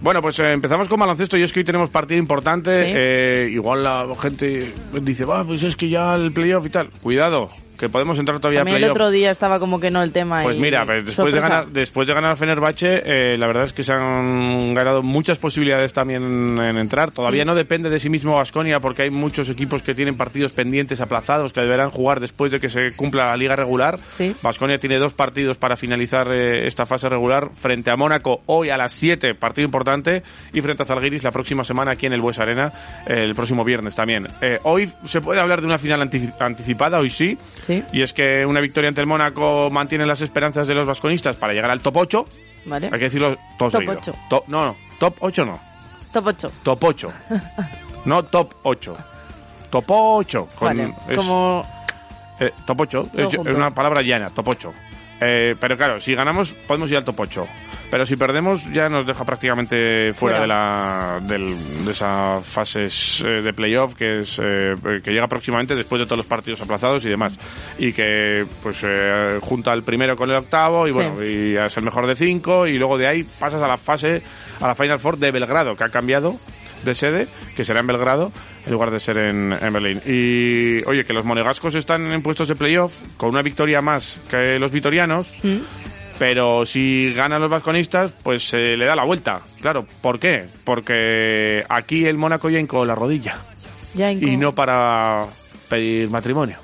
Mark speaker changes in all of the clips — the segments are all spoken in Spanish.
Speaker 1: Bueno, pues eh, empezamos con baloncesto y es que hoy tenemos partido importante.
Speaker 2: Sí.
Speaker 1: Eh, igual la gente dice, va, pues es que ya el playoff y tal. Cuidado, que podemos entrar todavía a
Speaker 2: También el
Speaker 1: playoff.
Speaker 2: otro día estaba como que no el tema.
Speaker 1: Pues
Speaker 2: y-
Speaker 1: mira, pues después, de
Speaker 2: sorpresa.
Speaker 1: ganar, después de ganar a Fenerbahce, eh, la verdad es que se han ganado muchas posibilidades también en entrar. Todavía no depende de sí mismo Vasconia porque hay muchos equipos que tienen partidos pendientes, aplazados, que deberán jugar después de que se cumpla la liga regular.
Speaker 2: Sí.
Speaker 1: Vasconia tiene dos partidos para finalizar eh, esta fase regular frente a Mónaco hoy a las 7, partido importante, y frente a Zalgiris la próxima semana aquí en el Bues Arena, eh, el próximo viernes también. Eh, hoy se puede hablar de una final antici- anticipada, hoy sí.
Speaker 2: Sí,
Speaker 1: Y es que una victoria ante el Mónaco mantiene las esperanzas de los vasconistas para llegar al top 8.
Speaker 2: vale.
Speaker 1: Hay que decirlo todo
Speaker 2: Top
Speaker 1: seguido.
Speaker 2: ocho.
Speaker 1: To- no, no, top 8 no.
Speaker 2: Top 8.
Speaker 1: Top 8. no top 8. Top 8.
Speaker 2: Vale. Como...
Speaker 1: eh, top 8.
Speaker 2: Todo
Speaker 1: Es, yo- es
Speaker 2: junto.
Speaker 1: una palabra llana, top 8. Eh, pero claro, si ganamos podemos ir al top 8. Pero si perdemos ya nos deja prácticamente fuera,
Speaker 2: Fuera.
Speaker 1: de la del- de esa fase eh, de playoff que es eh, que llega próximamente después de todos los partidos aplazados y demás. Y que pues eh, junta el primero con el octavo y bueno, y es el mejor de cinco y luego de ahí pasas a la fase a la Final Four de Belgrado, que ha cambiado de sede, que será en Belgrado en lugar de ser en, en Berlín. Y oye, que los monegascos están en puestos de playoff con una victoria más que los vitorianos,
Speaker 2: ¿Mm?
Speaker 1: pero si ganan los vasconistas, pues se le da la vuelta. Claro, ¿por qué? Porque aquí el Mónaco ya hincó la rodilla
Speaker 2: Ya en
Speaker 1: y
Speaker 2: como-
Speaker 1: no para pedir matrimonio.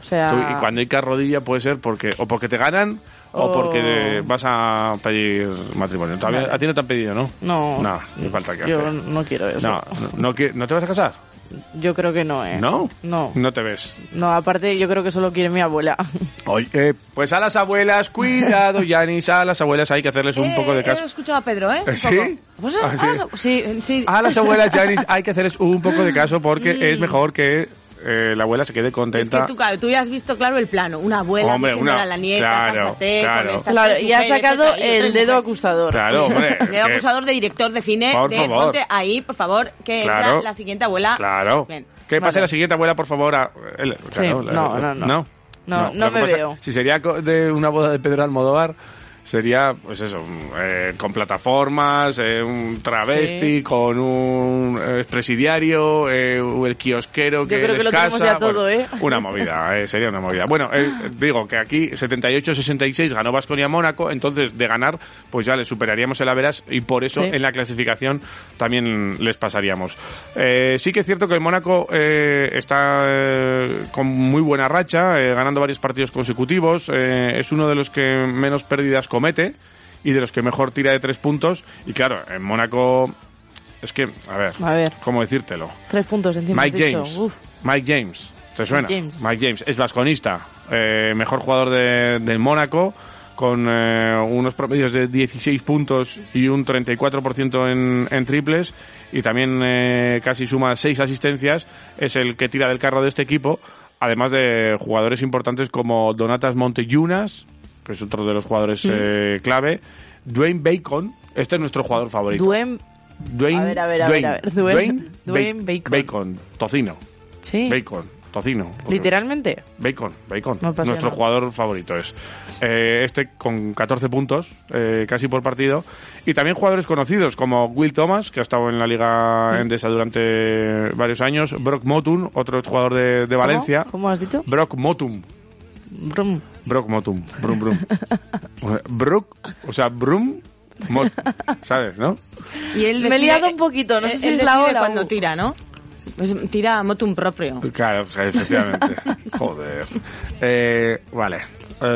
Speaker 2: O sea...
Speaker 1: Tú- y cuando hincas rodilla puede ser porque o porque te ganan o
Speaker 2: Ah. Oh.
Speaker 1: porque vas a pedir matrimonio. Todavía-
Speaker 2: Vale.
Speaker 1: A ti no te han pedido, ¿no?
Speaker 2: No,
Speaker 1: No, ni falta que
Speaker 2: yo
Speaker 1: hacer.
Speaker 2: no quiero eso.
Speaker 1: No, no, qui- ¿no te vas a casar?
Speaker 2: Yo creo que no, ¿eh?
Speaker 1: ¿No?
Speaker 2: No.
Speaker 1: No te ves.
Speaker 2: No, aparte yo creo que solo quiere mi abuela.
Speaker 1: Oye, pues a las abuelas, cuidado, Yanis, a las abuelas hay que hacerles un
Speaker 3: Eh,
Speaker 1: poco de
Speaker 3: He
Speaker 1: caso.
Speaker 3: escuchado a Pedro, ¿eh? Un
Speaker 1: ¿Sí?
Speaker 3: poco. Pues,
Speaker 1: Ah,
Speaker 3: ah,
Speaker 1: sí. Ah,
Speaker 3: so- sí, sí.
Speaker 1: A las abuelas, Yanis, hay que hacerles un poco de caso porque
Speaker 2: Mm.
Speaker 1: es mejor que eh, la abuela se quede
Speaker 3: es
Speaker 1: contenta.
Speaker 3: que tú, claro, tú ya has visto claro el plano. Una abuela
Speaker 1: Hombre,
Speaker 3: diciéndole
Speaker 1: una-
Speaker 3: a la nieta,
Speaker 1: claro,
Speaker 3: cásate
Speaker 1: claro.
Speaker 3: con estas
Speaker 2: claro,
Speaker 3: tres
Speaker 2: y ha
Speaker 3: mujeres,
Speaker 2: sacado
Speaker 3: otra- y
Speaker 2: el
Speaker 3: otras
Speaker 2: dedo
Speaker 3: mujeres.
Speaker 2: acusador.
Speaker 1: Claro, hombre. es
Speaker 3: Dedo
Speaker 1: que-
Speaker 3: acusador de director de cine.
Speaker 1: Por
Speaker 3: de,
Speaker 1: favor.
Speaker 3: Ponte ahí, por favor, que entra
Speaker 1: Claro.
Speaker 3: la siguiente abuela.
Speaker 1: Claro.
Speaker 3: Ven.
Speaker 1: Que
Speaker 2: Vale.
Speaker 1: pase la siguiente abuela, por favor. a- el- claro, la-
Speaker 2: no, no, no. No, no
Speaker 1: Lo que
Speaker 2: me
Speaker 1: pasa-
Speaker 2: veo.
Speaker 1: Si sería co- de una boda de Pedro Almodóvar, sería, pues eso, mm, eh, con plataformas, eh, un travesti,
Speaker 2: Sí.
Speaker 1: con un eh, presidiario, eh, el kiosquero que
Speaker 2: creo que
Speaker 1: les
Speaker 2: lo tenemos
Speaker 1: casa,
Speaker 2: ya todo,
Speaker 1: bueno,
Speaker 2: ¿eh?
Speaker 1: Una movida, eh, sería una movida. Bueno, eh, digo que aquí 78-66 ganó Vasconia Mónaco, entonces de ganar, pues ya le superaríamos el Averas y por eso
Speaker 2: Sí.
Speaker 1: en la clasificación también les pasaríamos. Eh, sí que es cierto que el Mónaco eh, está eh, con muy buena racha, eh, ganando varios partidos consecutivos, eh, es uno de los que menos pérdidas comete y de los que mejor tira de tres puntos y claro, en Mónaco es que, a ver,
Speaker 2: A ver,
Speaker 1: ¿cómo decírtelo?
Speaker 2: tres puntos encima.
Speaker 1: Mike
Speaker 2: has dicho.
Speaker 1: James.
Speaker 2: Uf.
Speaker 1: Mike James. ¿Te suena?
Speaker 2: Mike James.
Speaker 1: Es vasconista. eh, mejor jugador de, del Mónaco. Con eh, unos promedios de 16 puntos y un 34% en, en triples. Y también eh, casi suma 6 asistencias. Es el que tira del carro de este equipo. Además de jugadores importantes como Donatas Monteyunas, que es otro de los
Speaker 2: Mm.
Speaker 1: jugadores eh, clave. Dwayne Bacon. Este es nuestro jugador favorito.
Speaker 2: Duen...
Speaker 1: Dwayne,
Speaker 2: A ver, a ver, a ver,
Speaker 1: Dwayne-
Speaker 2: a ver. Dwayne-
Speaker 1: Ba-
Speaker 2: Dwayne Bacon.
Speaker 1: Bacon. Tocino.
Speaker 2: Sí.
Speaker 1: Bacon, tocino.
Speaker 2: Literalmente.
Speaker 1: Bacon, bacon.
Speaker 2: No pasa
Speaker 1: Nuestro
Speaker 2: nada.
Speaker 1: jugador favorito es. Eh, este con 14 puntos, eh, casi por partido. Y también jugadores conocidos como Will Thomas, que ha estado en la Liga Endesa durante varios años. Brock Motum, otro jugador de, de
Speaker 2: ¿Cómo?
Speaker 1: Valencia.
Speaker 2: ¿Cómo has dicho?
Speaker 1: Brock Motum.
Speaker 2: Brum.
Speaker 1: Brock Motum. Brum, brum. O sea, Brook, o sea, Brum Mos- ¿Sabes, no?
Speaker 3: Y él
Speaker 2: Me he liado un poquito, no
Speaker 3: él-
Speaker 2: sé si
Speaker 3: él
Speaker 2: es la
Speaker 3: decide
Speaker 2: hora
Speaker 3: cuando
Speaker 2: u-
Speaker 3: tira, ¿no? Pues tira a motum propio.
Speaker 1: Claro, o sea, efectivamente. Joder. Eh, vale.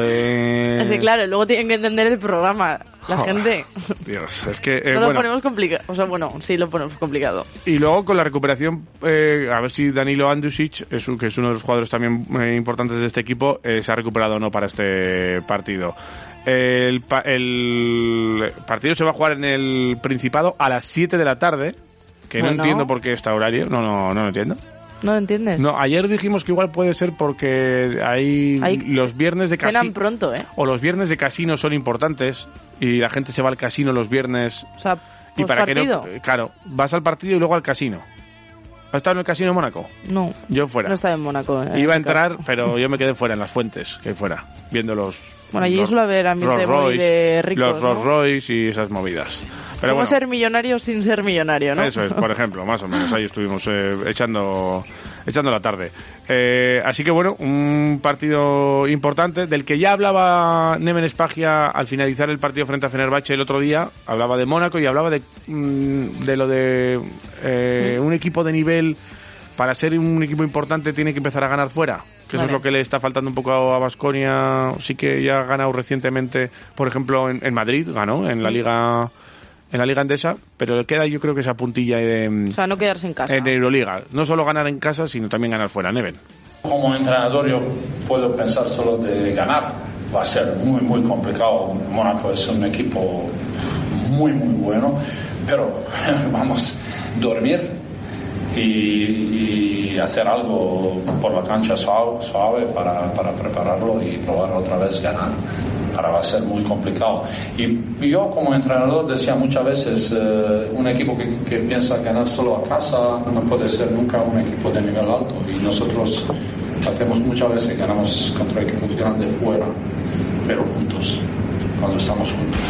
Speaker 1: Eh,
Speaker 2: Es que claro, luego tienen que entender el programa, la
Speaker 1: joder.
Speaker 2: gente.
Speaker 1: Dios, es que. eh,
Speaker 2: no lo
Speaker 1: bueno,
Speaker 2: ponemos complicado. O sea, bueno, sí lo ponemos complicado.
Speaker 1: Y luego con la recuperación, eh, a ver si Danilo Andusic, es un- que es uno de los jugadores también eh, importantes de este equipo, eh, se ha recuperado o no para este partido. El, pa- el partido se va a jugar en el Principado a las 7 de la tarde, que no
Speaker 2: Bueno.
Speaker 1: entiendo por qué está horario, no, no, no lo entiendo.
Speaker 2: ¿No lo entiendes?
Speaker 1: No, ayer dijimos que igual puede ser porque hay
Speaker 2: Hay-
Speaker 1: los viernes de
Speaker 2: Cenan
Speaker 1: casi
Speaker 2: pronto, ¿eh?
Speaker 1: o los viernes de casino son importantes y la gente se va al casino los viernes
Speaker 2: O sea,
Speaker 1: y para qué
Speaker 2: Pues partido.
Speaker 1: no, eh, claro, vas al partido y luego al casino. ¿Has estado en el casino de Mónaco?
Speaker 2: No,
Speaker 1: Yo fuera.
Speaker 2: no estaba en Mónaco. eh,
Speaker 1: Iba a
Speaker 2: en mi caso.
Speaker 1: entrar, pero yo me quedé fuera en las fuentes, que fuera, viendo los
Speaker 2: Bueno, allí
Speaker 1: los
Speaker 2: suele haber ambiente
Speaker 1: Rolls
Speaker 2: muy
Speaker 1: Royce,
Speaker 2: de ricos,
Speaker 1: los
Speaker 2: ¿no?
Speaker 1: Rolls Royce y esas movidas. Pero
Speaker 2: ¿Cómo
Speaker 1: bueno,
Speaker 2: ser millonario sin ser millonario, no?
Speaker 1: eso es, por ejemplo, más o menos ahí estuvimos eh, echando echando la tarde. Eh, así que bueno, un partido importante del que ya hablaba Neven Spagia al finalizar el partido frente a Fenerbahce el otro día, hablaba de Mónaco y hablaba de mm, de lo de eh, un equipo de nivel para ser un equipo importante tiene que empezar a ganar fuera. Que eso es
Speaker 3: Vale.
Speaker 1: lo que le está faltando un poco a Vasconia. Sí que ya ha ganado recientemente, por ejemplo, en, en Madrid, ganó en la liga en la liga andesa, pero le queda yo creo que esa puntilla de, mm,
Speaker 2: O sea, no quedarse en casa.
Speaker 1: en Euroliga. No solo ganar en casa, sino también ganar fuera, Neven.
Speaker 4: Como entrenador yo puedo pensar solo de ganar. Va a ser muy, muy complicado. Mónaco es un equipo muy, muy bueno, pero vamos a dormir y, y hacer algo por la cancha suave, suave para, para prepararlo y probar otra vez ganar. Para va a ser muy complicado. Y yo como entrenador decía muchas veces, eh, un equipo que, que piensa ganar solo a casa no puede ser nunca un equipo de nivel alto. Y nosotros hacemos muchas veces, ganamos contra equipos grandes fuera, pero juntos, cuando estamos juntos.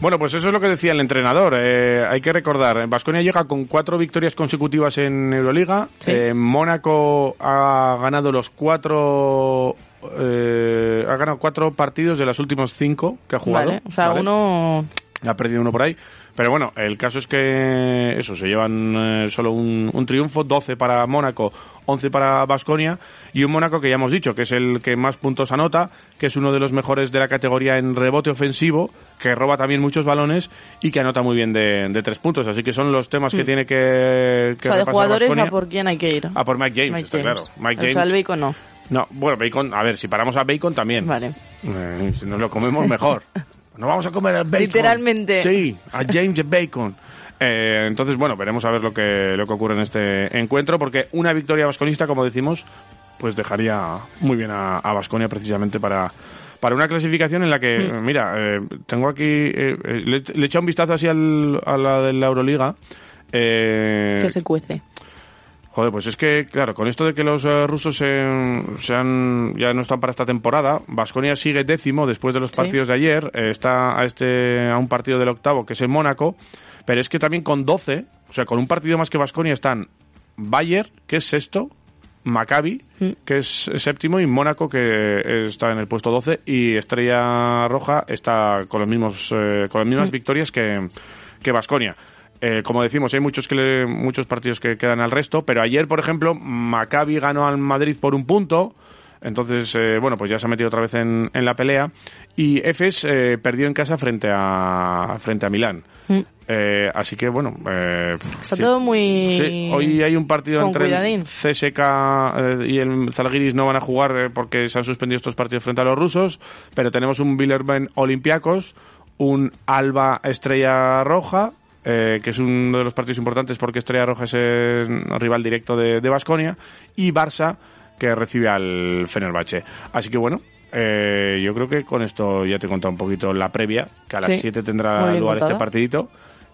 Speaker 1: Bueno, pues eso es lo que decía el entrenador. Eh, hay que recordar, Vasconia llega con cuatro victorias consecutivas en Euroliga.
Speaker 2: Sí.
Speaker 1: Eh, Mónaco ha ganado los cuatro... eh, ha ganado cuatro partidos de los últimos cinco que ha jugado.
Speaker 2: Vale, o sea,
Speaker 1: ¿vale?
Speaker 2: uno...
Speaker 1: Ha perdido uno por ahí. Pero bueno, el caso es que eso, se llevan eh, solo un, un triunfo, 12 para Mónaco, 11 para Basconia y un Mónaco que ya hemos dicho, que es el que más puntos anota, que es uno de los mejores de la categoría en rebote ofensivo, que roba también muchos balones y que anota muy bien de, de tres puntos. Así que son los temas que tiene que,
Speaker 2: O
Speaker 1: que
Speaker 2: sea, de
Speaker 1: repasar
Speaker 2: jugadores
Speaker 1: Baskonia.
Speaker 2: a por quién hay que ir.
Speaker 1: Ah, por Mike James, está claro. Mike
Speaker 2: O sea, el
Speaker 1: James.
Speaker 2: Bacon no.
Speaker 1: No, bueno, Bacon, a ver, si paramos a Bacon también.
Speaker 2: Vale.
Speaker 1: Eh, si nos lo comemos mejor. Nos vamos a comer a Bacon.
Speaker 2: Literalmente.
Speaker 1: Sí, a James Bacon. Eh, entonces, bueno, veremos a ver lo que, lo que ocurre en este encuentro, porque una victoria vasconista, como decimos, pues dejaría muy bien a, a Vasconia precisamente para, para una clasificación en la que,
Speaker 2: Mm.
Speaker 1: eh, mira, eh, tengo aquí, eh, eh, le, le he echado un vistazo así al- a la de la Euroliga. Eh,
Speaker 2: Que se cuece.
Speaker 1: Joder, pues es que, claro, con esto de que los eh, rusos se, se han- ya no están para esta temporada, Vasconia sigue décimo después de los
Speaker 2: Sí.
Speaker 1: partidos de ayer, eh, está a, este, a un partido del octavo que es en Mónaco, pero es que también con 12, o sea, con un partido más que Vasconia están Bayer, que es sexto, Maccabi,
Speaker 2: Mm.
Speaker 1: que es séptimo, y Mónaco, que está en el puesto 12, y Estrella Roja está con, los mismos, eh, con las mismas
Speaker 2: Mm.
Speaker 1: victorias que, que Vasconia. como decimos, hay muchos, que le- muchos partidos que quedan al resto, pero ayer, por ejemplo, Maccabi ganó al Madrid por un punto. Entonces, eh, bueno, pues ya se ha metido otra vez en, en la pelea. Y Efes eh, perdió en casa frente a, frente a Milán. Eh, así que, bueno. eh,
Speaker 2: Mm. Está
Speaker 1: sí.
Speaker 2: todo muy...
Speaker 1: Sí, hoy hay un partido
Speaker 2: con
Speaker 1: entre el
Speaker 2: cuidadín.
Speaker 1: CSK eh, y el Zalgiris no van a jugar eh, porque se han suspendido estos partidos frente a los rusos, pero tenemos un Billerben Olympiacos, un Alba Estrella Roja, eh, que es uno de los partidos importantes porque Estrella Roja es el rival directo de Vasconia, y Barça, que recibe al Fenerbahce. Así que bueno. eh, yo creo que con esto ya te he contado un poquito la previa, que a las
Speaker 2: Sí,
Speaker 1: 7
Speaker 2: muy
Speaker 1: tendrá
Speaker 2: bien
Speaker 1: lugar este
Speaker 2: contada.
Speaker 1: partidito.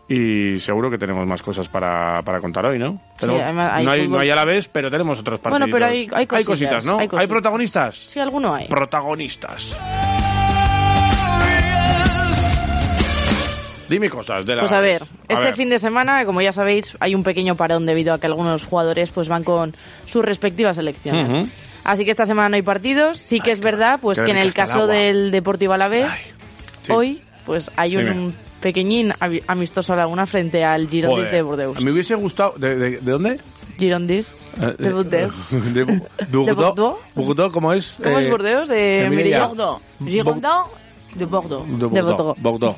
Speaker 1: Y seguro que tenemos más cosas para, para contar hoy, ¿no? Tenemos-
Speaker 2: además hay
Speaker 1: no, hay,
Speaker 2: fútbol.
Speaker 1: no hay a la vez, pero tenemos otros partidos.
Speaker 2: Bueno, pero hay- hay cositas,
Speaker 1: ¿no?
Speaker 2: hay
Speaker 1: Hay,
Speaker 2: cositas.
Speaker 1: protagonistas.
Speaker 2: Sí, alguno hay.
Speaker 1: Protagonistas. Dime cosas de la.
Speaker 2: Pues a ver,
Speaker 1: a
Speaker 2: este
Speaker 1: ver.
Speaker 2: fin de semana, como ya sabéis, hay un pequeño parón debido a que algunos jugadores pues van con sus respectivas selecciones.
Speaker 1: Ujú.
Speaker 2: Así que esta semana no hay partidos. Sí que es verdad, pues
Speaker 1: qué
Speaker 2: que en
Speaker 1: rica
Speaker 2: el
Speaker 1: está el
Speaker 2: caso
Speaker 1: agua.
Speaker 2: del Deportivo Alavés,
Speaker 1: sí.
Speaker 2: hoy, pues hay un
Speaker 1: Dime.
Speaker 2: pequeñín ami- amistoso a la una frente al Girondins
Speaker 1: Joder.
Speaker 2: de Bordeaux.
Speaker 1: Me hubiese gustado. ¿De, de, de dónde? Eh,
Speaker 2: Girondins de Bordeaux.
Speaker 1: De, Bu-
Speaker 2: De
Speaker 1: Bordeaux.
Speaker 2: Bordeaux.
Speaker 1: Bordeaux, ¿cómo es?
Speaker 2: ¿Cómo es
Speaker 1: Eh,
Speaker 2: Bordeaux? De
Speaker 1: Emilia.
Speaker 2: Mérida.
Speaker 3: Bordeaux. Girondin de Bordeaux.
Speaker 1: De Bordeaux.
Speaker 2: Bordeaux.
Speaker 1: Bordeaux.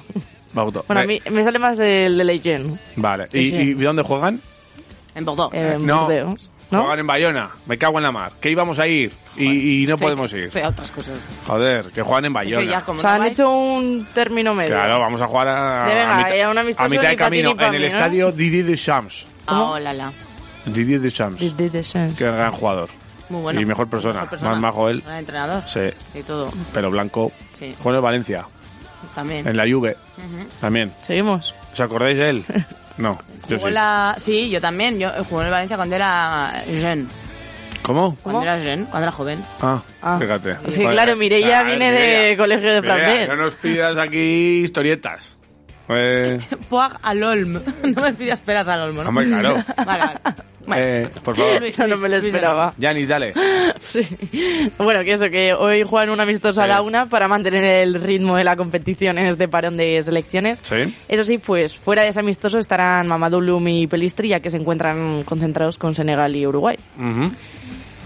Speaker 1: Bordeaux.
Speaker 2: Bueno, a
Speaker 1: Eh,
Speaker 2: mí me sale más del de Leyen,
Speaker 1: Vale. ¿Y,
Speaker 2: Sí.
Speaker 1: y dónde juegan?
Speaker 3: En Bordeaux.
Speaker 2: en
Speaker 1: No.
Speaker 2: Bordeaux. ¿No?
Speaker 1: Juegan en Bayona. Me cago en la mar. Que íbamos a ir y, y no podemos ir.
Speaker 3: Estoy a otras cosas.
Speaker 1: Joder, que juegan en
Speaker 3: Es
Speaker 1: Bayona.
Speaker 3: que ya como
Speaker 2: O sea,
Speaker 3: no
Speaker 2: han
Speaker 3: vais-
Speaker 2: hecho un término medio.
Speaker 1: Claro, vamos a jugar a,
Speaker 2: De venga,
Speaker 1: a mitad,
Speaker 2: eh, un amistoso
Speaker 1: a mitad de
Speaker 2: ni pa' ti
Speaker 1: camino
Speaker 2: ni pa'
Speaker 1: en el
Speaker 2: mí, ¿no?
Speaker 1: estadio Didier Deschamps.
Speaker 3: Ah, hola, la.
Speaker 1: Didier Deschamps,
Speaker 2: De- de- de Champs.
Speaker 1: que es gran jugador.
Speaker 3: Muy bueno.
Speaker 1: Y mejor persona.
Speaker 3: Mejor
Speaker 1: Más majo él.
Speaker 3: Gran entrenador.
Speaker 1: Sí,
Speaker 3: Y todo.
Speaker 1: pero blanco.
Speaker 3: Sí.
Speaker 1: Juega en el Valencia,
Speaker 3: También.
Speaker 1: en la Juve,
Speaker 3: Ujú.
Speaker 1: también.
Speaker 2: Seguimos.
Speaker 1: ¿Os acordáis de él? No, yo
Speaker 3: Jugó
Speaker 1: sí.
Speaker 3: la- Sí, yo también. Yo jugué en el Valencia cuando era jeune.
Speaker 1: ¿Cómo?
Speaker 3: Cuando
Speaker 2: ¿Cómo?
Speaker 3: era jeune, cuando era joven.
Speaker 1: Ah,
Speaker 2: Ah.
Speaker 1: fíjate.
Speaker 2: Sí, claro, Mireia viene de colegio de francés.
Speaker 1: Ah, No nos pidas aquí historietas. Eh,
Speaker 3: Poag al Olmo. No me pidas peras al Olmo, ¿no?
Speaker 1: hombre, claro.
Speaker 3: Vale, vale.
Speaker 1: Eh, por favor.
Speaker 3: Luis,
Speaker 2: Eso no me lo
Speaker 3: Luis de
Speaker 2: esperaba.
Speaker 1: Yanis, dale.
Speaker 2: Sí. Bueno, que eso, que hoy juegan un amistoso a
Speaker 1: Sí.
Speaker 2: la una para mantener el ritmo de la competición en este parón de selecciones.
Speaker 1: Sí.
Speaker 2: Eso sí, pues fuera de ese amistoso estarán Mamadou Loum y Pelistri, ya que se encuentran concentrados con Senegal y Uruguay.
Speaker 1: Ujú.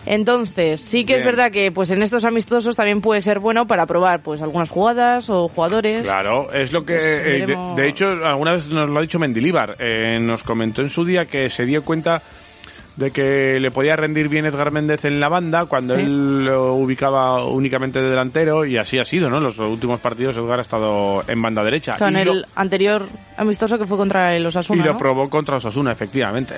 Speaker 2: Entonces, sí que
Speaker 1: Bien.
Speaker 2: es verdad que pues en estos amistosos también puede ser bueno para probar pues algunas jugadas o jugadores.
Speaker 1: Claro, es lo que.
Speaker 2: Pues
Speaker 1: eh, de-
Speaker 2: veremos.
Speaker 1: de, hecho, alguna vez nos lo ha dicho Mendilíbar. eh, nos comentó en su día que se dio cuenta de que le podía rendir bien Edgar Méndez en la banda cuando
Speaker 2: Sí.
Speaker 1: él lo ubicaba únicamente de delantero y así ha sido, ¿no? Los últimos partidos Edgar ha estado en banda derecha.
Speaker 2: Con
Speaker 1: y
Speaker 2: el
Speaker 1: lo,
Speaker 2: anterior amistoso que fue contra los
Speaker 1: y
Speaker 2: Asuna.
Speaker 1: lo probó contra Osasuna, efectivamente.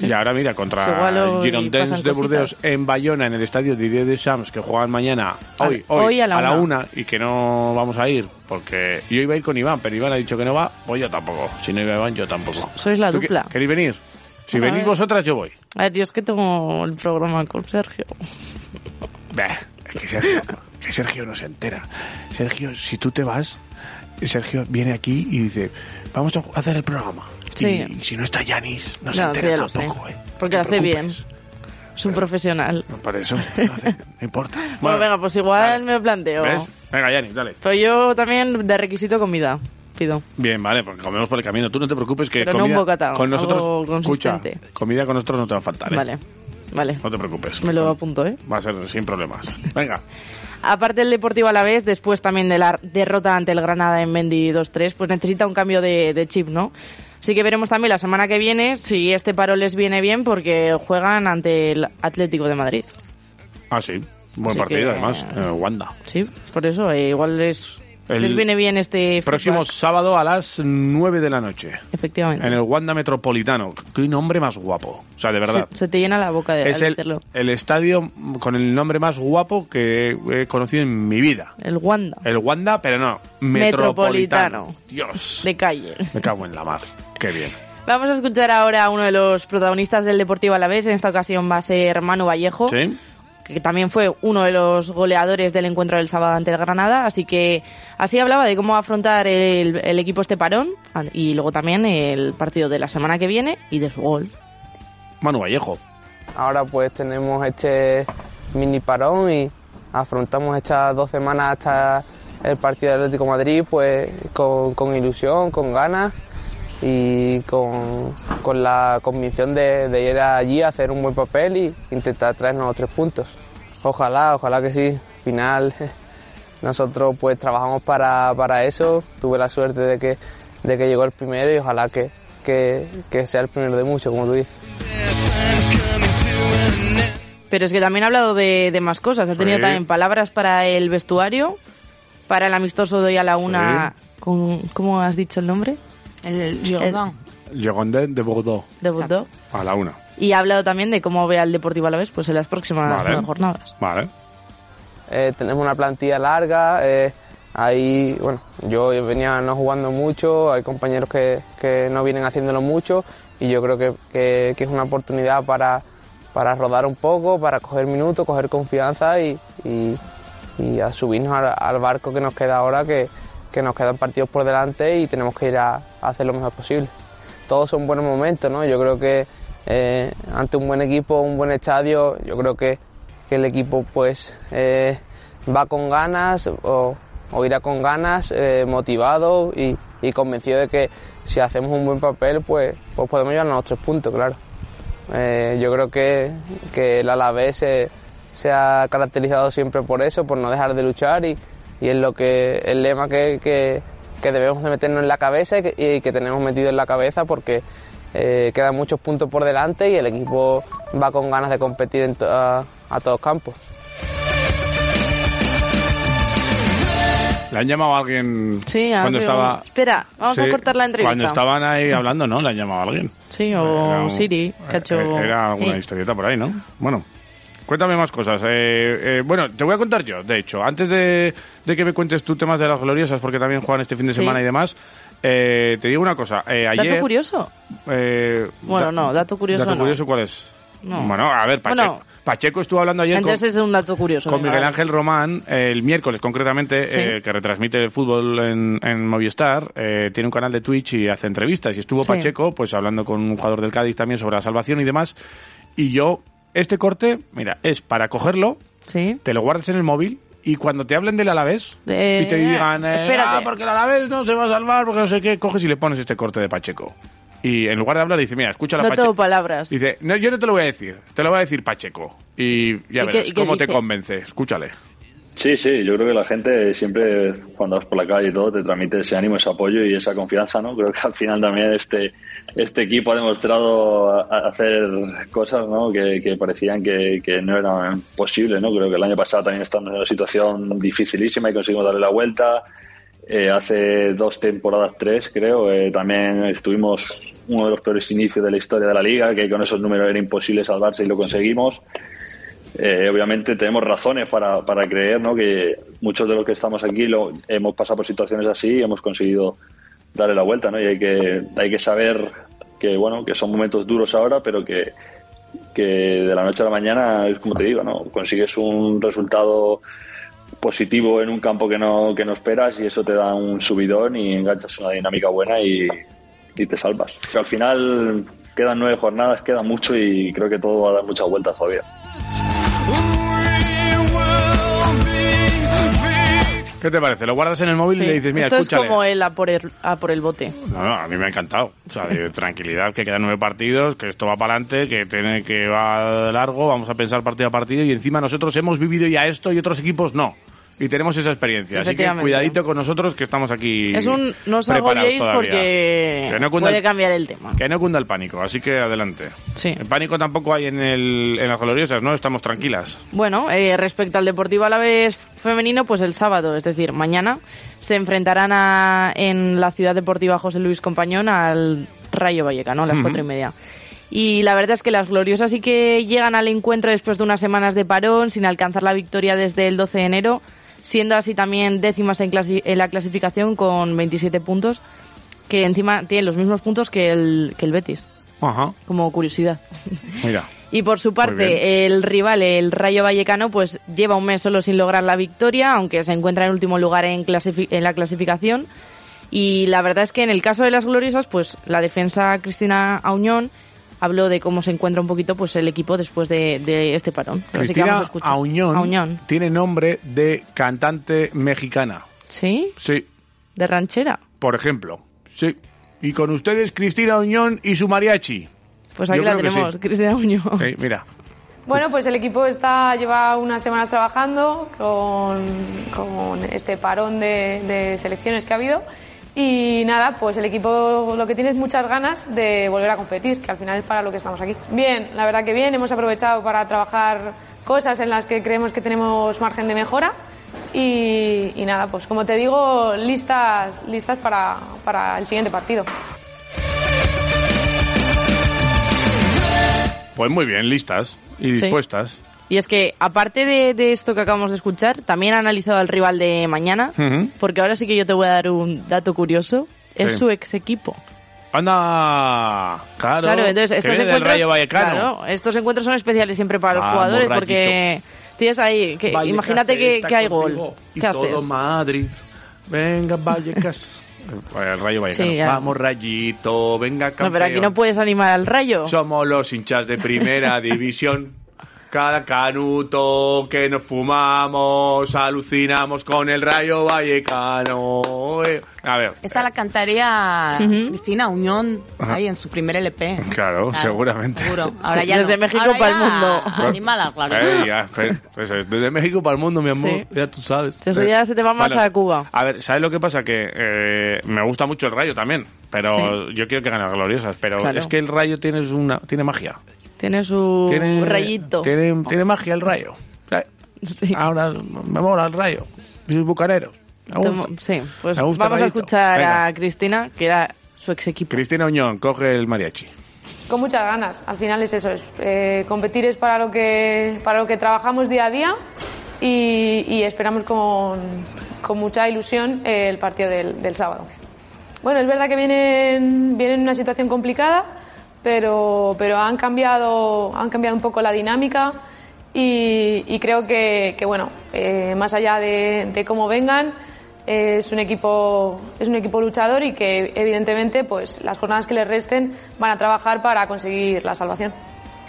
Speaker 1: Y ahora mira,
Speaker 2: Se
Speaker 1: contra
Speaker 2: igualó Pues y
Speaker 1: Girondins
Speaker 2: pasan
Speaker 1: de
Speaker 2: cositas.
Speaker 1: Burdeos en Bayona, en el estadio Didier Deschamps, que juegan mañana,
Speaker 2: A-
Speaker 1: hoy, hoy,
Speaker 2: hoy a la una.
Speaker 1: una, y que no vamos a ir, porque yo iba a ir con Iván, pero Iván ha dicho que no va, pues yo tampoco. Si no iba Iván, yo tampoco.
Speaker 2: Sois la
Speaker 1: ¿Tú qué-
Speaker 2: dupla.
Speaker 1: ¿Queréis venir? Si
Speaker 2: Bueno, a
Speaker 1: venís
Speaker 2: ver.
Speaker 1: vosotras, yo voy.
Speaker 2: A ver, yo es que tengo el programa con Sergio.
Speaker 1: Bah, es que Sergio, que Sergio no se entera. Sergio, si tú te vas, Sergio viene aquí y dice, vamos a hacer el programa.
Speaker 2: Sí.
Speaker 1: Y, si no está Yanis, no, se
Speaker 2: No, sí,
Speaker 1: entera
Speaker 2: ya lo sé.
Speaker 1: tampoco, ¿eh?
Speaker 2: Porque
Speaker 1: No
Speaker 2: lo
Speaker 1: te
Speaker 2: hace bien.
Speaker 1: preocupes.
Speaker 2: Es un profesional.
Speaker 1: No, Por eso, no, hace- no importa.
Speaker 2: Bueno, venga, pues igual me lo planteo.
Speaker 1: ¿Ves? Venga, Yanis, dale.
Speaker 2: Pero yo también de requisito comida pido.
Speaker 1: Bien, vale, porque comemos por el camino. Tú no te preocupes que
Speaker 2: Pero no
Speaker 1: comida
Speaker 2: un bocata,
Speaker 1: con nosotros,
Speaker 2: algo
Speaker 1: escucha,
Speaker 2: consistente.
Speaker 1: comida con nosotros no te va a faltar. ¿eh?
Speaker 2: Vale, vale.
Speaker 1: No te preocupes.
Speaker 2: Me lo apunto, ¿eh?
Speaker 1: Va a ser sin problemas. Venga.
Speaker 2: Aparte el Deportivo Alavés, después también de la derrota ante el Granada en Mendy 2-3, pues necesita un cambio de, de chip, ¿no? Así que veremos también la semana que viene si este paro les viene bien porque juegan ante el Atlético de Madrid.
Speaker 1: Ah, sí. Buen
Speaker 2: Así
Speaker 1: partido,
Speaker 2: que-
Speaker 1: además. Eh, Wanda.
Speaker 2: Sí, por eso eh, igual les,
Speaker 1: El
Speaker 2: les viene bien este
Speaker 1: Próximo
Speaker 2: feedback.
Speaker 1: sábado a las 9 de la noche.
Speaker 2: Efectivamente.
Speaker 1: En el Wanda Metropolitano. Qué nombre más guapo. O sea, de verdad.
Speaker 2: Se, se te llena la boca de
Speaker 1: es
Speaker 2: al
Speaker 1: el,
Speaker 2: decirlo.
Speaker 1: el estadio con el nombre más guapo que he conocido en mi vida.
Speaker 2: El Wanda
Speaker 1: El Wanda, pero no. Metropolitano.
Speaker 2: Metropolitano.
Speaker 1: Dios.
Speaker 2: de calle.
Speaker 1: Me cago en la mar. Qué bien.
Speaker 2: Vamos a escuchar ahora a uno de los protagonistas del Deportivo Alavés. En esta ocasión va a ser Manu Vallejo.
Speaker 1: ¿Sí?
Speaker 2: que también fue uno de los goleadores del encuentro del sábado ante el Granada, así que así hablaba de cómo afrontar el, el equipo este parón an- y luego también el partido de la semana que viene y de su gol.
Speaker 1: Manu Vallejo.
Speaker 5: Ahora pues tenemos este mini parón y afrontamos estas dos semanas hasta el partido del Atlético de Madrid pues con, con ilusión, con ganas y con, con la convicción de, de ir allí a hacer un buen papel y intentar traernos los tres puntos. Ojalá, ojalá que sí. Al final nosotros pues trabajamos para, para eso. Tuve la suerte de que, de que llegó el primero y ojalá que, que, que sea el primero de muchos, como tú dices.
Speaker 2: Pero es que también ha hablado de, de más cosas, ha tenido
Speaker 1: Sí.
Speaker 2: también palabras para el vestuario, para el amistoso de hoy a la una, con- ¿cómo has dicho el nombre?
Speaker 3: El Girondin.
Speaker 1: Girondin de Bordeaux.
Speaker 2: De
Speaker 3: Exacto.
Speaker 2: Bordeaux.
Speaker 1: A la una.
Speaker 2: Y ha hablado también de cómo ve al Deportivo Alavés pues, en las próximas
Speaker 1: Vale.
Speaker 2: jornadas.
Speaker 1: Vale.
Speaker 5: Eh, tenemos una plantilla larga. eh, ahí, bueno, yo venía no jugando mucho, hay compañeros que, que no vienen haciéndolo mucho y yo creo que, que- que es una oportunidad para, para rodar un poco, para coger minutos, coger confianza y, y- y a subirnos al, al barco que nos queda ahora, que, que nos quedan partidos por delante y tenemos que ir a- a hacer lo mejor posible todos son buenos momentos, ¿no? Yo creo que eh, ante un buen equipo, un buen estadio, yo creo que que el equipo pues eh, va con ganas o, o irá con ganas, eh, motivado y, y convencido de que si hacemos un buen papel pues, pues podemos llevarnos los tres puntos, claro. Eh, yo creo que, que el Alavés se, se ha caracterizado siempre por eso, por no dejar de luchar y, y es lo que el lema que, que, que debemos de meternos en la cabeza y que, y que tenemos metido en la cabeza porque eh, quedan muchos puntos por delante y el equipo va con ganas de competir en to- a, a todos campos.
Speaker 1: ¿Le han llamado a alguien
Speaker 2: Sí, a
Speaker 1: cuando
Speaker 2: ver,
Speaker 1: estaba...?
Speaker 2: Espera, vamos
Speaker 1: Sí,
Speaker 2: a cortar la entrevista.
Speaker 1: Cuando estaban ahí hablando, ¿no? ¿Le han llamado a alguien?
Speaker 2: Sí,
Speaker 1: Era
Speaker 2: o
Speaker 1: un-
Speaker 2: Siri, que ha hecho...
Speaker 1: eh, Era alguna
Speaker 3: Sí.
Speaker 1: historieta por ahí, ¿no? Bueno, cuéntame más cosas. Eh, eh, bueno, te voy a contar yo, de hecho. Antes de, de que me cuentes tú temas de las gloriosas, porque también juegan este fin de
Speaker 2: Sí.
Speaker 1: semana y demás, eh, te digo una cosa. Eh,
Speaker 2: Dato
Speaker 1: ayer,
Speaker 2: curioso.
Speaker 1: eh,
Speaker 2: Bueno, no, dato curioso
Speaker 1: ¿Dato
Speaker 2: no.
Speaker 1: curioso cuál es?
Speaker 2: No.
Speaker 1: Bueno, a ver, Pacheco,
Speaker 2: Bueno.
Speaker 1: Pacheco estuvo hablando ayer con-
Speaker 2: Entonces es un dato curioso.
Speaker 1: con
Speaker 2: venga,
Speaker 1: Miguel
Speaker 2: vale.
Speaker 1: Ángel Román, eh, el miércoles concretamente,
Speaker 2: ah. Sí.
Speaker 1: eh, que retransmite el fútbol en, en Movistar, eh, tiene un canal de Twitch y hace entrevistas. Y estuvo
Speaker 2: Sí.
Speaker 1: Pacheco, pues hablando con un jugador del Cádiz también sobre la salvación y demás. Y yo, este corte, mira, es para cogerlo,
Speaker 2: Sí.
Speaker 1: te lo guardas en el móvil y cuando te hablen del Alavés
Speaker 2: Eh,
Speaker 1: y te digan, eh,
Speaker 2: espérate.
Speaker 1: "Ah, porque el Alavés no se va a salvar, porque no sé qué, coges y le pones este corte de Pacheco. Y en lugar de hablar, dice, mira, escucha la
Speaker 2: Dato
Speaker 1: Pacheco.
Speaker 2: o palabras.
Speaker 1: Dice, no, yo no te lo voy a decir, te lo va a decir Pacheco. Y ya
Speaker 2: ¿Y qué-
Speaker 1: verás
Speaker 2: y qué
Speaker 1: cómo te
Speaker 2: dice?
Speaker 1: convence. Escúchale.
Speaker 6: Sí, sí, yo creo que la gente siempre cuando vas por la calle y todo te transmite ese ánimo, ese apoyo y esa confianza, ¿no? Creo que al final también este, este equipo ha demostrado a- a hacer cosas, ¿no? Que, que parecían que, que no eran posibles, ¿no? Creo que el año pasado también estamos en una situación dificilísima y conseguimos darle la vuelta. Eh, hace dos temporadas, tres creo, eh, también estuvimos uno de los peores inicios de la historia de la liga, que con esos números era imposible salvarse y lo conseguimos. Eh, obviamente tenemos razones para, para creer ¿no? que muchos de los que estamos aquí lo, hemos pasado por situaciones así y hemos conseguido darle la vuelta ¿no? y hay que, hay que saber que bueno que son momentos duros ahora pero que, que de la noche a la mañana es como te digo ¿no? consigues un resultado positivo en un campo que no, que no esperas y eso te da un subidón y enganchas una dinámica buena y, y te salvas O sea, al final quedan nueve jornadas queda mucho y creo que todo va a dar muchas vueltas todavía
Speaker 1: ¿Qué te parece? Lo guardas en el móvil y
Speaker 2: Sí.
Speaker 1: le dices, mira,
Speaker 2: Esto
Speaker 1: escúchale.
Speaker 2: es como el a por el, a por el bote.
Speaker 1: No, no, a mí me ha encantado. O sea, de tranquilidad, que quedan nueve partidos, que esto va para adelante, que tiene que va largo, vamos a pensar partido a partido y encima nosotros hemos vivido ya esto y otros equipos no. Y tenemos esa experiencia. Así que
Speaker 2: Efectivamente.
Speaker 1: cuidadito con nosotros que estamos aquí.
Speaker 2: Es un no os
Speaker 1: preparados
Speaker 2: agobiéis
Speaker 1: todavía.
Speaker 2: porque
Speaker 1: Que no cunda
Speaker 2: puede
Speaker 1: el-
Speaker 2: cambiar el tema.
Speaker 1: Que no cunda el pánico, así que adelante.
Speaker 2: Sí.
Speaker 1: El pánico tampoco hay en, el, en las gloriosas, ¿no? Estamos tranquilas.
Speaker 2: Bueno, eh, respecto al Deportivo Alavés femenino, pues el sábado, es decir, mañana, se enfrentarán a- en la ciudad deportiva José Luis Compañón al Rayo Vallecano a las
Speaker 1: Ujú.
Speaker 2: cuatro y media. Y la verdad es que las gloriosas sí que llegan al encuentro después de unas semanas de parón, sin alcanzar la victoria desde el 12 de enero, siendo así también décimas en, clasi- en la clasificación con 27 puntos, que encima tienen los mismos puntos que el, que el Betis,
Speaker 1: Ajá,
Speaker 2: como curiosidad.
Speaker 1: mira.
Speaker 2: Y por su
Speaker 1: bien.
Speaker 2: parte, el rival, el Rayo Vallecano, pues lleva un mes solo sin lograr la victoria, aunque se encuentra en último lugar en, clasifi- en la clasificación. Y la verdad es que en el caso de las gloriosas, pues la defensa Cristina Auñón habló de cómo se encuentra un poquito pues el equipo después de, de este parón. Así que vamos a
Speaker 1: Cristina
Speaker 2: escuchar.
Speaker 1: Auñón,
Speaker 2: Auñón.
Speaker 1: tiene nombre de cantante mexicana.
Speaker 2: ¿Sí?
Speaker 1: Sí,
Speaker 2: De ranchera.
Speaker 1: por ejemplo. Sí. Y con ustedes Cristina Uñón y su mariachi.
Speaker 2: Pues ahí
Speaker 1: Yo
Speaker 2: la
Speaker 1: creo que
Speaker 2: tenemos,
Speaker 1: sí.
Speaker 2: Cristina Auñón.
Speaker 1: Eh, mira.
Speaker 7: Bueno, pues el equipo está lleva unas semanas trabajando con, con este parón de, de selecciones que ha habido y nada, pues el equipo lo que tiene es muchas ganas de volver a competir, que al final es para lo que estamos aquí. Bien, la verdad que bien, hemos aprovechado para trabajar cosas en las que creemos que tenemos margen de mejora y, y nada, pues como te digo, listas, listas para, para el siguiente partido.
Speaker 1: Pues muy bien, listas y dispuestas.
Speaker 2: Y es que, aparte de, de esto que acabamos de escuchar, también ha analizado al rival de mañana,
Speaker 1: Ujú.
Speaker 2: porque ahora sí que yo te voy a dar un dato curioso. Es
Speaker 1: Sí.
Speaker 2: su ex equipo.
Speaker 1: ¡Anda! Claro.
Speaker 2: Claro, entonces
Speaker 1: que
Speaker 2: estos
Speaker 1: viene del
Speaker 2: encuentros.
Speaker 1: Rayo Vallecano. Ah,
Speaker 2: claro, estos encuentros son especiales siempre para los
Speaker 1: Vamos,
Speaker 2: jugadores,
Speaker 1: Rayito.
Speaker 2: porque tienes ahí. Que,
Speaker 1: Vallecas
Speaker 2: Eh, imagínate que,
Speaker 1: está
Speaker 2: que hay
Speaker 1: contigo
Speaker 2: gol.
Speaker 1: y
Speaker 2: ¿Qué
Speaker 1: todo
Speaker 2: haces?
Speaker 1: Madrid. Venga, Vallecas. Pues El Rayo Vallecano.
Speaker 2: Sí, ya.
Speaker 1: Vamos, Rayito. Venga, campeón.
Speaker 2: No, pero aquí no puedes animar al rayo.
Speaker 1: Somos los hinchas de primera división. Cada canuto que nos fumamos, alucinamos con el rayo vallecano. Eh. A ver.
Speaker 3: Esta la cantaría
Speaker 2: Ujú.
Speaker 3: Cristina Unión ahí en su primer LP.
Speaker 1: Claro, seguramente.
Speaker 3: seguro. Ahora ya
Speaker 2: Desde
Speaker 3: no.
Speaker 2: México
Speaker 3: Ahora
Speaker 2: pa'l
Speaker 3: ya
Speaker 2: mundo.
Speaker 3: Anímala, claro.
Speaker 1: Eh, ya, pues, pues, es desde México para el mundo, mi amor.
Speaker 2: Sí.
Speaker 1: Ya tú sabes. Eh,
Speaker 2: Eso ya se te va más
Speaker 1: Bueno,
Speaker 2: a Cuba.
Speaker 1: A ver, ¿sabes lo que pasa? Que eh, me gusta mucho el rayo también, pero yo quiero que gane a gloriosas. Pero
Speaker 2: Claro.
Speaker 1: es que el rayo tiene, una, tiene magia.
Speaker 2: Tiene su
Speaker 1: Tiene,
Speaker 2: rayito.
Speaker 1: Tiene, tiene magia el rayo. ¿sabes?
Speaker 2: Sí.
Speaker 1: Ahora me mola el rayo. Y los bucaneros. Me gusta.
Speaker 2: Tomo- sí, pues
Speaker 1: Me
Speaker 2: vamos
Speaker 1: gusta
Speaker 2: a
Speaker 1: rayito.
Speaker 2: escuchar
Speaker 1: Venga.
Speaker 2: a Cristina, que era su ex equipo.
Speaker 1: Cristina Uñón, coge el mariachi.
Speaker 7: con muchas ganas. Al final es eso, es, eh, competir es para lo que para lo que trabajamos día a día y, y esperamos con, con mucha ilusión eh, el partido del, del sábado. Bueno, es verdad que vienen vienen en una situación complicada, pero pero han cambiado han cambiado un poco la dinámica. Y, y creo que, que, bueno, eh, más allá de, de cómo vengan, eh, es un equipo es un equipo luchador y que evidentemente pues las jornadas que le resten van a trabajar para conseguir la salvación.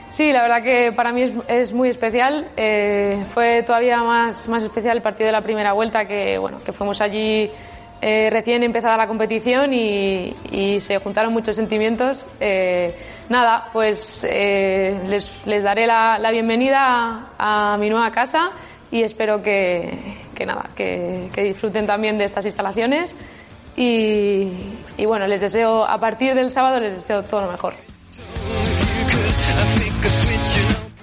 Speaker 7: Sí, la verdad que para mí es, es muy especial. eh, fue todavía más, más especial el partido de la primera vuelta que bueno que fuimos allí eh, recién empezada la competición y, y se juntaron muchos sentimientos. Eh, nada, pues eh, les, les daré la, la bienvenida a- a mi nueva casa y espero que, que nada, que, que disfruten también de estas instalaciones y, y bueno, les deseo, a partir del sábado les deseo todo lo mejor.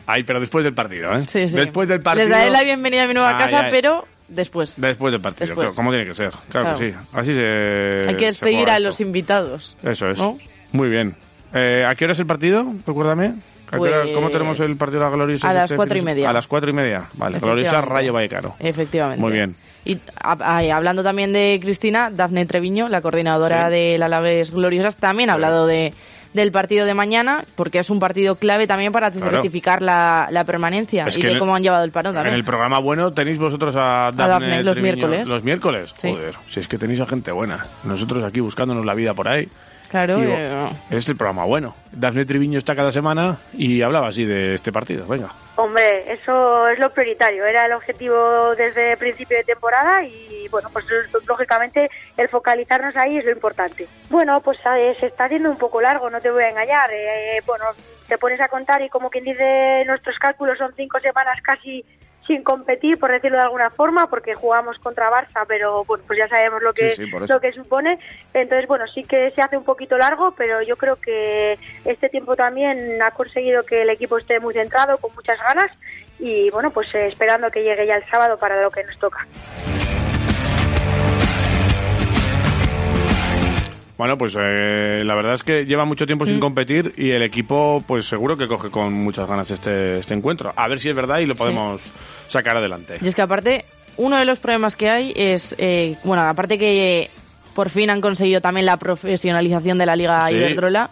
Speaker 1: Ay, pero después del partido, ¿eh?
Speaker 2: Sí, sí.
Speaker 1: Después del partido. Ah,
Speaker 2: Les daré la bienvenida a mi nueva
Speaker 1: Ay,
Speaker 2: casa,
Speaker 1: ay.
Speaker 2: pero después.
Speaker 1: Después del partido,
Speaker 2: Después.
Speaker 1: claro, como tiene que ser. Claro,
Speaker 2: Claro.
Speaker 1: que sí. Así se.
Speaker 2: Hay que
Speaker 1: se juega
Speaker 2: despedir a
Speaker 1: esto.
Speaker 2: los invitados.
Speaker 1: Eso es.
Speaker 2: ¿No?
Speaker 1: Muy bien. Eh, ¿A qué hora es el partido? Recuérdame. ¿A qué hora-
Speaker 2: Pues-
Speaker 1: ¿Cómo tenemos el partido de la Gloriosa?
Speaker 2: A las
Speaker 1: este
Speaker 2: cuatro y
Speaker 1: fin de-
Speaker 2: media.
Speaker 1: A las cuatro y media. Vale, Gloriosa
Speaker 2: Efectivamente.
Speaker 1: Rayo Vallecano.
Speaker 2: Efectivamente.
Speaker 1: Muy bien.
Speaker 2: Y a- ay, hablando también de Cristina, Dafne Treviño, la coordinadora del Alavés Gloriosas, también ha hablado de, del partido de mañana, porque es un partido clave también para
Speaker 1: Claro.
Speaker 2: certificar la, la permanencia
Speaker 1: Es
Speaker 2: y
Speaker 1: que
Speaker 2: de
Speaker 1: en el-
Speaker 2: cómo han llevado el parón
Speaker 1: En
Speaker 2: también.
Speaker 1: el programa bueno tenéis vosotros a Dafne,
Speaker 2: Dafne, los
Speaker 1: Treviño
Speaker 2: miércoles.
Speaker 1: Los miércoles.
Speaker 2: Sí.
Speaker 1: Joder, si es que tenéis a gente buena. Nosotros aquí buscándonos la vida por ahí.
Speaker 2: Claro,
Speaker 1: Digo,
Speaker 2: eh,
Speaker 1: es el programa bueno. Dafne Triviño está cada semana y hablaba así de este partido. Venga.
Speaker 8: Hombre, eso es lo prioritario, era el objetivo desde el principio de temporada y bueno, pues lógicamente el focalizarnos ahí es lo importante. Bueno, pues eh, se está haciendo un poco largo, no te voy a engañar. eh, bueno, te pones a contar y como quien dice, nuestros cálculos son cinco semanas casi sin competir, por decirlo de alguna forma, porque jugamos contra Barça, pero bueno, pues ya sabemos lo que,
Speaker 1: Sí, sí, por eso.
Speaker 8: lo que supone. Entonces, bueno, sí que se hace un poquito largo, pero yo creo que este tiempo también ha conseguido que el equipo esté muy centrado, con muchas ganas y bueno, pues eh, esperando que llegue ya el sábado para lo que nos toca.
Speaker 1: Bueno, pues eh, la verdad es que lleva mucho tiempo
Speaker 8: Mm.
Speaker 1: sin competir y el equipo, pues seguro que coge con muchas ganas este, este encuentro. A ver si es verdad y lo podemos sacar adelante.
Speaker 2: Y es que aparte, uno de los problemas que hay es, eh, bueno, aparte que eh, por fin han conseguido también la profesionalización de la Liga
Speaker 1: Sí.
Speaker 2: Iberdrola,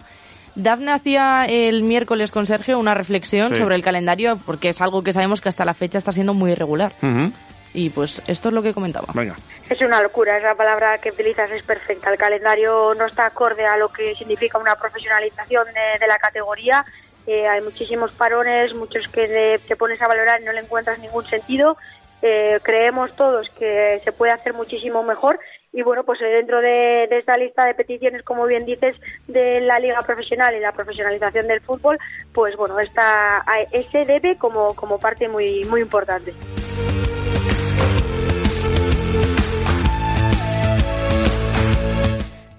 Speaker 2: Dafne hacía el miércoles con Sergio una reflexión
Speaker 1: Sí.
Speaker 2: sobre el calendario, porque es algo que sabemos que hasta la fecha está siendo muy irregular.
Speaker 1: Ujú.
Speaker 2: Y pues esto es lo que comentaba.
Speaker 1: Venga.
Speaker 8: Es una locura, esa palabra que utilizas es perfecta. El calendario no está acorde a lo que significa una profesionalización de, de la categoría. Eh, hay muchísimos parones, muchos que le- te pones a valorar y no le encuentras ningún sentido. Eh, creemos todos que se puede hacer muchísimo mejor y bueno, pues eh, dentro de, de esta lista de peticiones, como bien dices, de la liga profesional y la profesionalización del fútbol, pues bueno, está a- ese debe como, como parte muy, muy importante.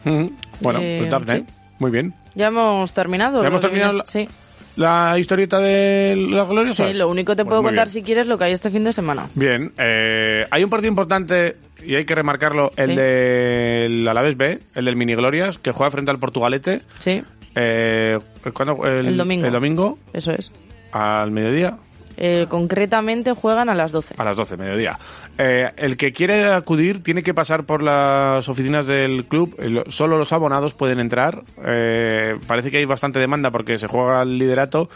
Speaker 1: Ujú. Bueno,
Speaker 2: Eh,
Speaker 1: pues Dafne,
Speaker 2: sí.
Speaker 1: muy bien.
Speaker 2: Ya hemos terminado.
Speaker 1: ¿Ya
Speaker 2: lo
Speaker 1: hemos
Speaker 2: que
Speaker 1: terminado
Speaker 2: vienes- Sí.
Speaker 1: ¿La historieta de las gloriosas?
Speaker 2: Sí, lo único te
Speaker 1: Pues
Speaker 2: puedo
Speaker 1: muy
Speaker 2: contar
Speaker 1: bien.
Speaker 2: si quieres lo que hay este fin de semana.
Speaker 1: Bien, eh, hay un partido importante y hay que remarcarlo, el
Speaker 2: Sí.
Speaker 1: del Alavés B, el del Mini Glorias, que juega frente al Portugalete.
Speaker 2: Sí,
Speaker 1: Eh, ¿cuándo? el,
Speaker 2: El domingo.
Speaker 1: El domingo,
Speaker 2: eso es.
Speaker 1: al mediodía,
Speaker 2: Eh, concretamente juegan a las 12.
Speaker 1: a las 12, mediodía. Eh, el que quiere acudir tiene que pasar por las oficinas del club, eh, lo- solo los abonados pueden entrar. Eh, parece que hay bastante demanda porque se juega el liderato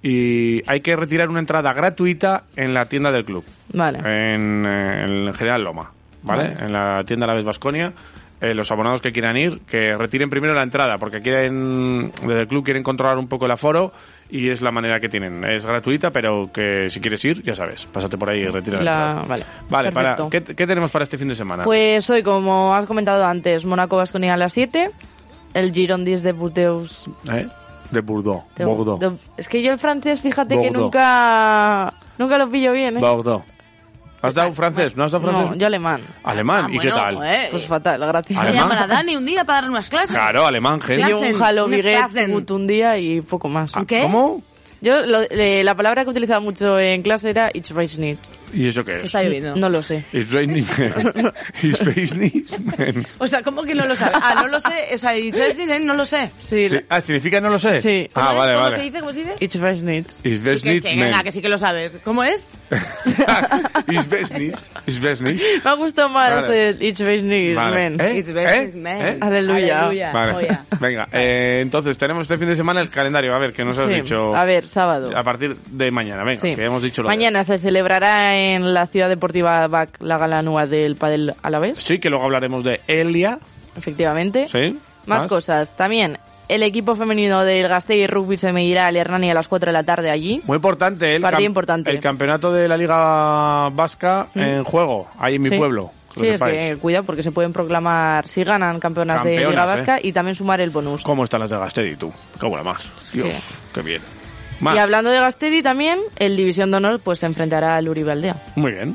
Speaker 1: y hay que retirar una entrada gratuita en la tienda del club.
Speaker 2: Vale.
Speaker 1: en, eh, en General Loma, ¿vale? En la tienda La Vez Vasconia. eh, los abonados que quieran ir, que retiren primero la entrada, porque quieren, desde el club quieren controlar un poco el aforo y es la manera que tienen. Es gratuita, pero que si quieres ir, ya sabes, pásate por ahí y retira la,
Speaker 2: La-
Speaker 1: entrada.
Speaker 2: vale,
Speaker 1: Vale, para,
Speaker 2: perfecto.
Speaker 1: ¿qué, qué tenemos para este fin de semana?
Speaker 2: Pues hoy, como has comentado antes, Mónaco Basconia a las 7, el Girondis de Burdeos.
Speaker 1: ¿Eh? De Bordeaux.
Speaker 2: de-
Speaker 1: Bordeaux.
Speaker 2: de- es que yo el francés, fíjate que
Speaker 1: Bordeaux.
Speaker 2: nunca nunca lo pillo bien, ¿eh?
Speaker 1: Bordeaux. ¿Has dado francés? ¿No has dado
Speaker 2: No,
Speaker 1: francés?
Speaker 2: yo alemán.
Speaker 1: Alemán,
Speaker 3: Ah,
Speaker 1: ¿y
Speaker 3: bueno,
Speaker 1: qué tal?
Speaker 3: joder.
Speaker 2: Pues fatal, gracias.
Speaker 1: Alemán.
Speaker 3: Llaman a Dani un día para darle unas clases.
Speaker 1: Claro, alemán, gente.
Speaker 2: Yo
Speaker 3: Klassen,
Speaker 2: un Halo
Speaker 3: unas
Speaker 2: Biget,
Speaker 3: Klassen.
Speaker 2: Gut un día y poco más.
Speaker 1: Ah,
Speaker 3: ¿Qué?
Speaker 1: ¿Cómo?
Speaker 2: Yo lo- eh, la palabra que utilizaba mucho en clase era Ich weiß nicht.
Speaker 1: ¿Y eso qué es?
Speaker 3: Está lloviendo.
Speaker 2: No lo sé.
Speaker 1: It's raining. It's raining.
Speaker 3: O sea, ¿cómo que no lo sabe? Ah, no lo sé. O sea, y yo decir, eh, no lo sé.
Speaker 2: Sí,
Speaker 1: Sí. Ah, ¿significa no lo sé?
Speaker 2: Sí.
Speaker 1: Ah,
Speaker 3: ¿Cómo
Speaker 1: vale,
Speaker 3: es? ¿Cómo
Speaker 1: vale.
Speaker 3: se dice? ¿Cómo se dice?
Speaker 2: Ich weiß nicht.
Speaker 1: It's best
Speaker 3: Que es
Speaker 1: needs,
Speaker 3: que,
Speaker 1: man.
Speaker 3: venga, que sí que lo sabes. ¿Cómo es?
Speaker 1: It's best needs. It's best needs.
Speaker 2: Me ha gustado más
Speaker 1: Vale.
Speaker 2: el Ich weiß nicht,
Speaker 1: Vale.
Speaker 2: men.
Speaker 1: ¿Eh?
Speaker 3: It's best
Speaker 1: ¿Eh?
Speaker 3: is man.
Speaker 1: ¿Eh?
Speaker 2: Aleluya.
Speaker 1: Vale.
Speaker 3: joya.
Speaker 1: Venga, eh, entonces tenemos este fin de semana el calendario. A ver, que nos has
Speaker 2: Sí.
Speaker 1: dicho.
Speaker 2: A ver, sábado.
Speaker 1: A partir de mañana, venga,
Speaker 2: Sí.
Speaker 1: que hemos dicho lo de-
Speaker 2: Mañana se celebrará en la ciudad deportiva BAC la gala nueva del Padel Alavés,
Speaker 1: Sí, que luego hablaremos de Elia.
Speaker 2: efectivamente.
Speaker 1: Sí.
Speaker 2: Más cosas. También el equipo femenino del Gasteiz Rugby se medirá al Hernani a las 4 de la tarde allí.
Speaker 1: Muy importante el,
Speaker 2: Partido
Speaker 1: cam-
Speaker 2: importante. Mm.
Speaker 1: el campeonato de la Liga Vasca en juego, ahí en mi
Speaker 2: Sí.
Speaker 1: pueblo. que lo
Speaker 2: Sí, es
Speaker 1: sepáis.
Speaker 2: que cuidado porque se pueden proclamar si ganan campeonas, de Liga
Speaker 1: Campeonas, ¿eh?
Speaker 2: Vasca y también sumar el bonus.
Speaker 1: ¿Cómo están las de Gastedi, tú? ¿Cómo la más? Dios, qué bien. Más.
Speaker 2: Y hablando de Gastedi también, el División de Honor pues se enfrentará al Uribe Aldea.
Speaker 1: Muy bien.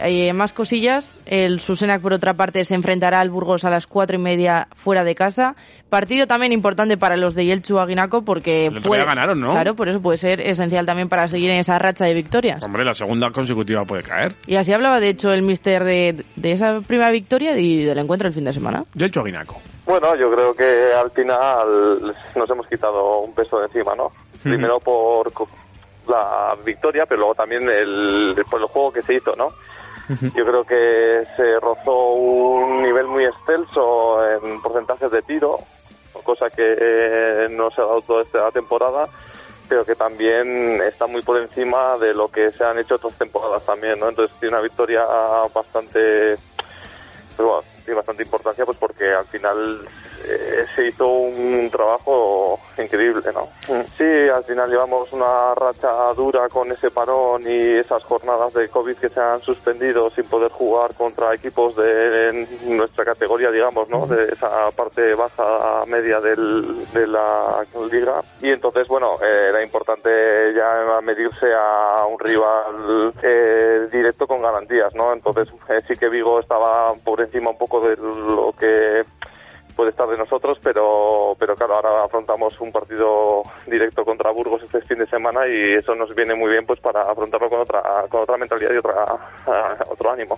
Speaker 2: Eh, más cosillas, el Susenac por otra parte se enfrentará al Burgos a las cuatro y media fuera de casa. Partido también importante para los de Yelchu Aguinaco porque
Speaker 1: El otro
Speaker 2: puede,
Speaker 1: día ganaron, ¿no?
Speaker 2: Claro, por eso puede ser esencial también para seguir en esa racha de victorias.
Speaker 1: Hombre, la segunda consecutiva puede caer.
Speaker 2: Y así hablaba de hecho el mister de, de esa primera victoria y del encuentro el fin de semana.
Speaker 1: Yo he hecho aguinaco.
Speaker 9: Bueno, yo creo que al final nos hemos quitado un peso de encima, ¿no? Primero por co- la victoria, pero luego también el, por el juego que se hizo, ¿no? Yo creo que se rozó un nivel muy excelso en porcentajes de tiro, cosa que eh, no se ha dado toda esta temporada, pero que también está muy por encima de lo que se han hecho otras temporadas también, ¿no? Entonces tiene una victoria bastante pues bueno, tiene bastante importancia pues porque al final eh, se hizo un trabajo increíble, ¿no? Sí, al final llevamos una racha dura con ese parón y esas jornadas de COVID que se han suspendido sin poder jugar contra equipos de nuestra categoría, eh, digamos, ¿no? De esa parte baja media del, de la liga. Y entonces, bueno, eh, era importante ya medirse a un rival eh, directo con garantías, ¿no? Entonces, eh, sí que Vigo estaba por encima un poco de lo que puede estar de nosotros, pero, pero claro, ahora afrontamos un partido directo contra Burgos este fin de semana y eso nos viene muy bien pues para afrontarlo con otra, con otra mentalidad y otra, otro ánimo.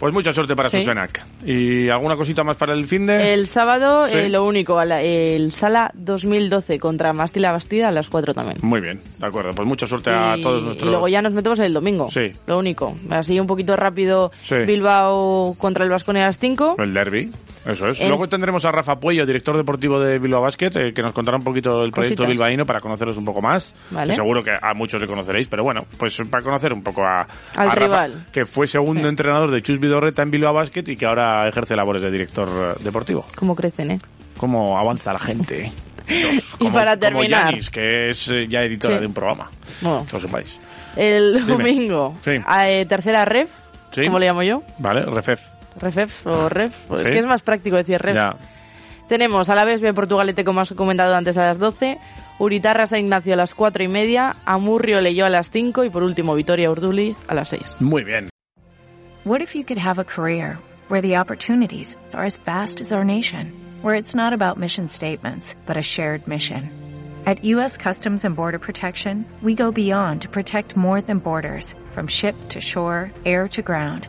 Speaker 1: Pues mucha suerte para
Speaker 2: Sí.
Speaker 1: Susenac. ¿Y alguna cosita más para el fin de...?
Speaker 2: El sábado,
Speaker 1: Sí.
Speaker 2: eh, lo único, a la- el Sala 2012 contra Mastila Bastida a las 4 también.
Speaker 1: Muy bien, de acuerdo. Pues mucha suerte a
Speaker 2: y,
Speaker 1: todos
Speaker 2: y
Speaker 1: nuestros...
Speaker 2: luego ya nos metemos en el domingo.
Speaker 1: Sí.
Speaker 2: Lo único. Así un poquito rápido.
Speaker 1: Sí.
Speaker 2: Bilbao contra el Vasconia a las 5.
Speaker 1: El derby, eso es.
Speaker 2: El-
Speaker 1: Luego tendremos a Rafa Puello, director deportivo de Bilbao Basket, eh, que nos contará un poquito el proyecto
Speaker 2: Cositas.
Speaker 1: bilbaíno para conoceros un poco más.
Speaker 2: Vale.
Speaker 1: Que seguro que a muchos le conoceréis, pero bueno, pues para conocer un poco a,
Speaker 2: Al
Speaker 1: a Rafa,
Speaker 2: rival.
Speaker 1: que fue segundo
Speaker 2: Sí.
Speaker 1: entrenador de Chus Vidorreta en Bilbao Basket y que ahora ejerce labores de director eh, deportivo.
Speaker 2: ¿Cómo crecen, eh?
Speaker 1: ¿Cómo avanza la gente? Dios,
Speaker 2: Y para terminar.
Speaker 1: Yanis, que es eh, ya editora
Speaker 2: Sí.
Speaker 1: de un programa,
Speaker 2: Bueno,
Speaker 1: que lo sepáis.
Speaker 2: el
Speaker 1: Dime.
Speaker 2: domingo.
Speaker 1: Sí.
Speaker 2: a, eh, tercera ref.
Speaker 1: Sí.
Speaker 2: ¿Cómo le llamo yo?
Speaker 1: ¿Vale? Refef.
Speaker 2: Refef o ref. Pues
Speaker 1: Sí.
Speaker 2: Es que es más práctico decir ref.
Speaker 1: Ya.
Speaker 2: Tenemos a la vez bien Portugalete, como has comentado antes, a las 12. Uritarra San Ignacio a las 4 y media. Amurrio Leyó a las 5. Y por último, Vitoria Urduli a las 6.
Speaker 1: Muy bien.
Speaker 10: What if you could have a career where the opportunities are as vast as our nation, where it's not about mission statements, but a shared mission? At U.S. Customs and Border Protection, we go beyond to protect more than borders. From ship to shore, air to ground,